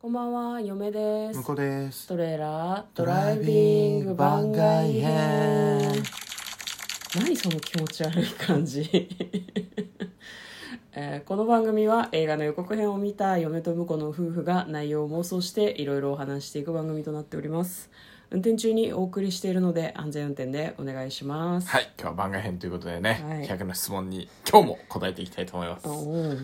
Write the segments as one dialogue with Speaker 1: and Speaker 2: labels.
Speaker 1: こんばんは、嫁です
Speaker 2: 向。こうです
Speaker 1: トレーラードライビング番外編。何その気持ち悪い感じ、 えーこの番組は映画の予告編を見た嫁と婿の夫婦が内容を妄想していろいろお話していく番組となっております運転中にお送りしているので安全運転でお願いします
Speaker 2: はい今日は番外編ということでね、
Speaker 1: はい
Speaker 2: 100の質問に今日も答えていきたいと思いま
Speaker 1: あ
Speaker 2: す
Speaker 1: おう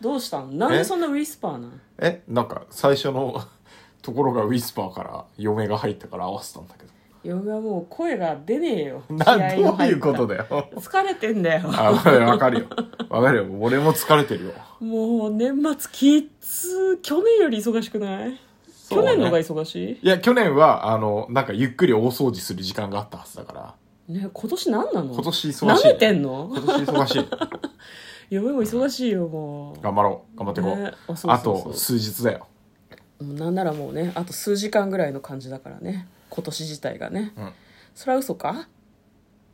Speaker 1: どうしたんなんでそんなウィスパーなん
Speaker 2: えなんか最初の ところがウィスパーから嫁が入ったから合わせたんだけど
Speaker 1: 嫁はもう声が出ねえよ
Speaker 2: な
Speaker 1: 気合の入っ
Speaker 2: どう
Speaker 1: た
Speaker 2: いうことだよ
Speaker 1: 疲れてんだよ
Speaker 2: あわかるよわかるよ俺も疲れてるよ
Speaker 1: もう年末きっつ去年より忙しくない、
Speaker 2: そ
Speaker 1: 去
Speaker 2: うね
Speaker 1: 年の方が忙し
Speaker 2: いや去年はあのなんかゆっくり大掃除する時間があったはずだから
Speaker 1: いね今年何なの
Speaker 2: 今年忙しい、ね、
Speaker 1: 舐めてんの
Speaker 2: 今年忙しい
Speaker 1: 嫁も忙しいよもう
Speaker 2: 頑張ろう頑張っていこう、
Speaker 1: ねあそうそうそう
Speaker 2: あと数日だよ
Speaker 1: もうなんならもうねあと数時間ぐらいの感じだからね今年自体がね、
Speaker 2: うん
Speaker 1: それは嘘か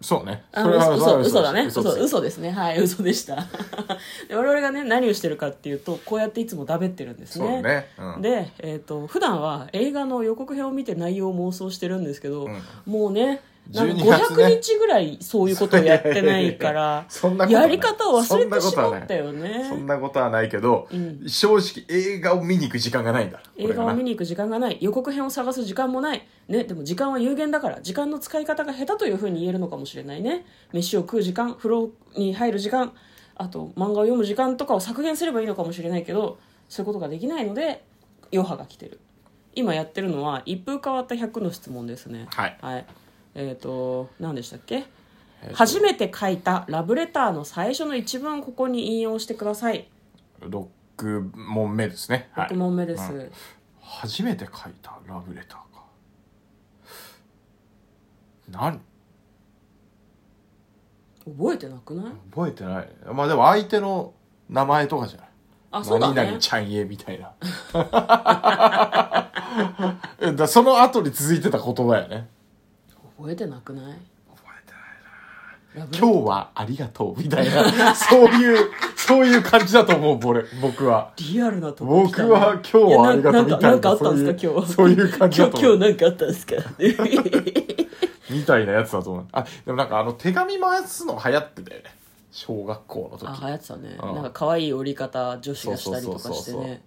Speaker 2: そうね
Speaker 1: あ
Speaker 2: それは
Speaker 1: 嘘
Speaker 2: それ
Speaker 1: 嘘
Speaker 2: は
Speaker 1: 嘘だね
Speaker 2: 嘘
Speaker 1: 嘘
Speaker 2: です
Speaker 1: 嘘ですねはい嘘でした で我々がね何をしてるかっていうとこうやっていつもだべってるんです
Speaker 2: そう
Speaker 1: ね
Speaker 2: だね、うん、
Speaker 1: で、えー、と普段は映画の予告編を見て内容を妄想してるんですけど、
Speaker 2: ん
Speaker 1: もうねなんか
Speaker 2: 12月ね
Speaker 1: 500日ぐらいそういうことをやってないから
Speaker 2: そんなことは
Speaker 1: や
Speaker 2: ない
Speaker 1: り方を忘れてしまったよ
Speaker 2: そん
Speaker 1: ね。
Speaker 2: なことはないけど、
Speaker 1: ん
Speaker 2: 正直映画を見に行く時間がないんだ
Speaker 1: 映画を見
Speaker 2: に
Speaker 1: に行く時間がない予告編を探す時間もない、ね、でも時間は有限だから時間の使い方が下手というふうに言えるのかもしれないね飯を食う時間風呂に入る時間あと漫画を読む時間とかを削減すればいいのかもしれないけどそういうことができないので余波が来てる今やってるのは一風変わった100の質問ですね
Speaker 2: はい
Speaker 1: はい、えっ、と何でしたっけ初めて書いたラブレターの最初の一文をここに引用してください
Speaker 2: 6問目ですね、はい
Speaker 1: 6問目です、
Speaker 2: うん初めて書いたラブレターか何
Speaker 1: 覚えてなくない
Speaker 2: 覚えてないまあでも相手の名前とかじゃない
Speaker 1: あそうだ
Speaker 2: 何
Speaker 1: ね
Speaker 2: 々ちゃんへみたいな えだその後に続いてた言葉やね
Speaker 1: 覚えてなくない
Speaker 2: 覚えてな
Speaker 1: ラ
Speaker 2: い
Speaker 1: ブレ
Speaker 2: 今日はありがとうみたいな、そういう、そういう感じだと思う、俺、僕は。
Speaker 1: リアルなとこ来た
Speaker 2: 僕
Speaker 1: ね
Speaker 2: は今日はありがとうみ
Speaker 1: や
Speaker 2: た
Speaker 1: なんかなん
Speaker 2: い
Speaker 1: かあ
Speaker 2: な、
Speaker 1: った
Speaker 2: そうんい
Speaker 1: ですか今
Speaker 2: う、
Speaker 1: 日
Speaker 2: そういう感じ
Speaker 1: 今
Speaker 2: だ
Speaker 1: 日
Speaker 2: と
Speaker 1: 今日
Speaker 2: 思う。
Speaker 1: なんかあったんですか
Speaker 2: みたいなやつだと思う。あ、でもなんかあの、手紙回すの流行ってたよね。小学校の時。
Speaker 1: あ流行ってたね
Speaker 2: うん
Speaker 1: なんか可愛い折り方女子がしたりとかして
Speaker 2: そうそうそう
Speaker 1: ね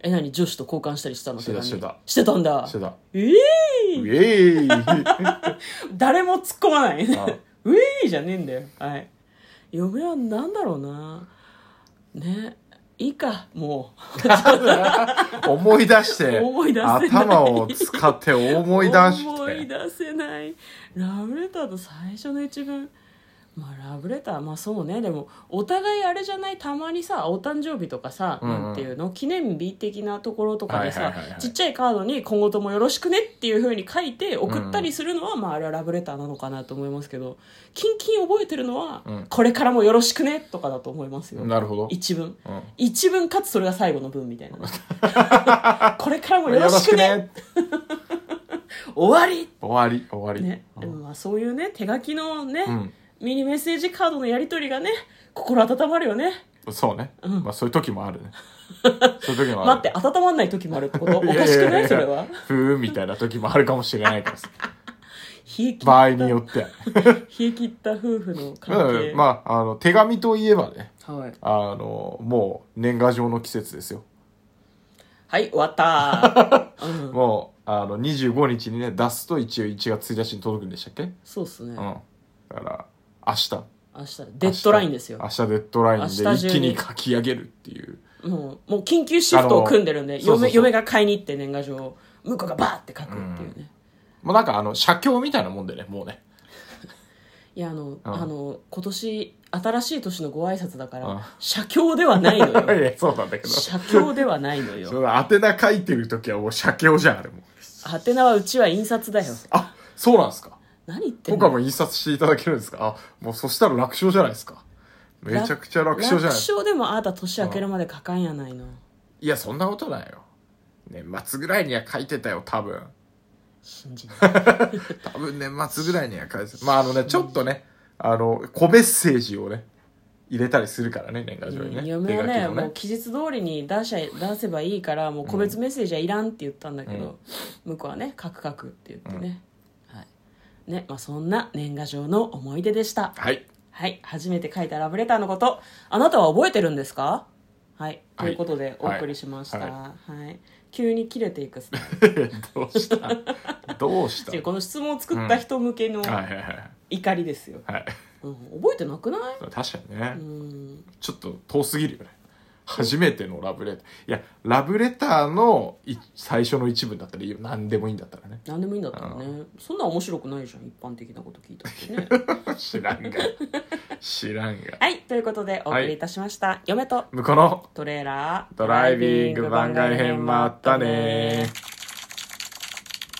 Speaker 1: え何女子と交換したりしたの
Speaker 2: してた
Speaker 1: 手紙
Speaker 2: してた
Speaker 1: してたんだ
Speaker 2: してた。
Speaker 1: ええ
Speaker 2: ウ ェーイ
Speaker 1: 誰も突っ込まない ウ
Speaker 2: あ
Speaker 1: ェイじゃねえんだよはい嫁は何だろうなねいいかも
Speaker 2: 思い出して、
Speaker 1: 思い出せない
Speaker 2: 頭を使って思
Speaker 1: う
Speaker 2: い出
Speaker 1: 思い
Speaker 2: して。
Speaker 1: 出せないラブレターと最初の一文まあラブレターまあそうねでもお互いあれじゃないたまにさお誕生日とかさ、
Speaker 2: うんうん
Speaker 1: なんていうの記念日的なところとかでさ、
Speaker 2: はいはいはいはい
Speaker 1: ちっちゃいカードに「今後ともよろしくね」っていうふうに書いて送ったりするのは、まああれはラブレターなのかなと思いますけどキンキン覚えてるのは、
Speaker 2: うん
Speaker 1: これからもよろしくね」とかだと思いますよ、
Speaker 2: なるほど。
Speaker 1: 一文
Speaker 2: うん
Speaker 1: 一文かつそれが最後の文みたいなね これからもよろしくね。終わり
Speaker 2: 終わり、終わり
Speaker 1: ね。でもまあそういうね手書きのね、
Speaker 2: うん
Speaker 1: ミニメッセージカードのやり取りがね心温まるよね
Speaker 2: そうね。まあそういう時も あるね。そういう時もある。
Speaker 1: 待って温まんない時もあるってことおかしくないそれは
Speaker 2: ふーみたいな時もあるかもしれないからさ
Speaker 1: 冷え切った
Speaker 2: 場合によっ ては。
Speaker 1: 冷え切った夫婦の関
Speaker 2: う
Speaker 1: 係、
Speaker 2: んまあ、あの、手紙といえばね、
Speaker 1: はい、
Speaker 2: あの、もう年賀状の季節ですよ。
Speaker 1: はい、終わったー、うん、
Speaker 2: もう、あの、25日にね、出すと一応1月1日に届くんでしたっけうん。
Speaker 1: そうっすね、
Speaker 2: だから、明日。
Speaker 1: 明日デッドラインです
Speaker 2: 明
Speaker 1: よ
Speaker 2: 日デッドラインで
Speaker 1: 明日
Speaker 2: 一
Speaker 1: 中に
Speaker 2: 気に書き上げるっていう。
Speaker 1: もうもう緊急シフトを組んでるんで
Speaker 2: あの
Speaker 1: 嫁
Speaker 2: そうそうそう
Speaker 1: 嫁が買いに行って年賀状を向こうがバーって書くっていうね、
Speaker 2: もうなんかあの、写経みたいなもんでね、もうね。
Speaker 1: いやあの、あの今年新しい年のご挨拶だから、
Speaker 2: うん
Speaker 1: 写経ではないの
Speaker 2: い
Speaker 1: よ
Speaker 2: やそうなんだけど。
Speaker 1: 写経ではないのよ
Speaker 2: その宛名書いてる時はもう写経じゃん、あれも。
Speaker 1: 宛名はうちは印刷だよ
Speaker 2: あ、そうなんですか
Speaker 1: 何言ってん
Speaker 2: 僕はも
Speaker 1: の
Speaker 2: う印刷していただけるんですかあ、もうそしたら楽勝じゃないですか。めちゃくちゃ楽勝じゃないですか。
Speaker 1: 楽勝でもあなた年明けるまで書かんやないの
Speaker 2: いや、そんなことないよ。年末ぐらいには書いてたよ、多分。
Speaker 1: 信 じない
Speaker 2: 多分年末ぐらいには書いてた。まあ、あのね、ちょっとね、あの、小メッセージをね、入れたりするからね年賀状にね、
Speaker 1: うん嫁は
Speaker 2: 手
Speaker 1: ね
Speaker 2: 書きの
Speaker 1: もう期日通りに出しゃ出せばいいからもう個別メッセージはいらんって言ったんだけど、向こうはね「カクカク」って言ってね、はいねまあ、そんな年賀状の思い出でした
Speaker 2: はい
Speaker 1: はい初めて書いたラブレターのことあなたは覚えてるんですかはいと
Speaker 2: はい
Speaker 1: いうことでお送りしました、は
Speaker 2: はい
Speaker 1: 急に切れていくス タイル
Speaker 2: どうしたど うし
Speaker 1: っ
Speaker 2: た
Speaker 1: ていうこの質問を作った人向けの
Speaker 2: はいはいはい
Speaker 1: 怒りですよ、
Speaker 2: はい
Speaker 1: うん、覚えてなくない
Speaker 2: 確かにね、
Speaker 1: うん
Speaker 2: ちょっと遠すぎるよね初めてのラブレターいやラブレターのい最初の一文だったらいいよ何でもいいんだったらね
Speaker 1: 何でもいいんだったらねそんな面白くないじゃん一般的なこと聞いたってね
Speaker 2: 知らんが知らんが
Speaker 1: はいということでお送りいたしました、嫁と
Speaker 2: 向こうの
Speaker 1: トレーラー
Speaker 2: ドライビング番外編もあったね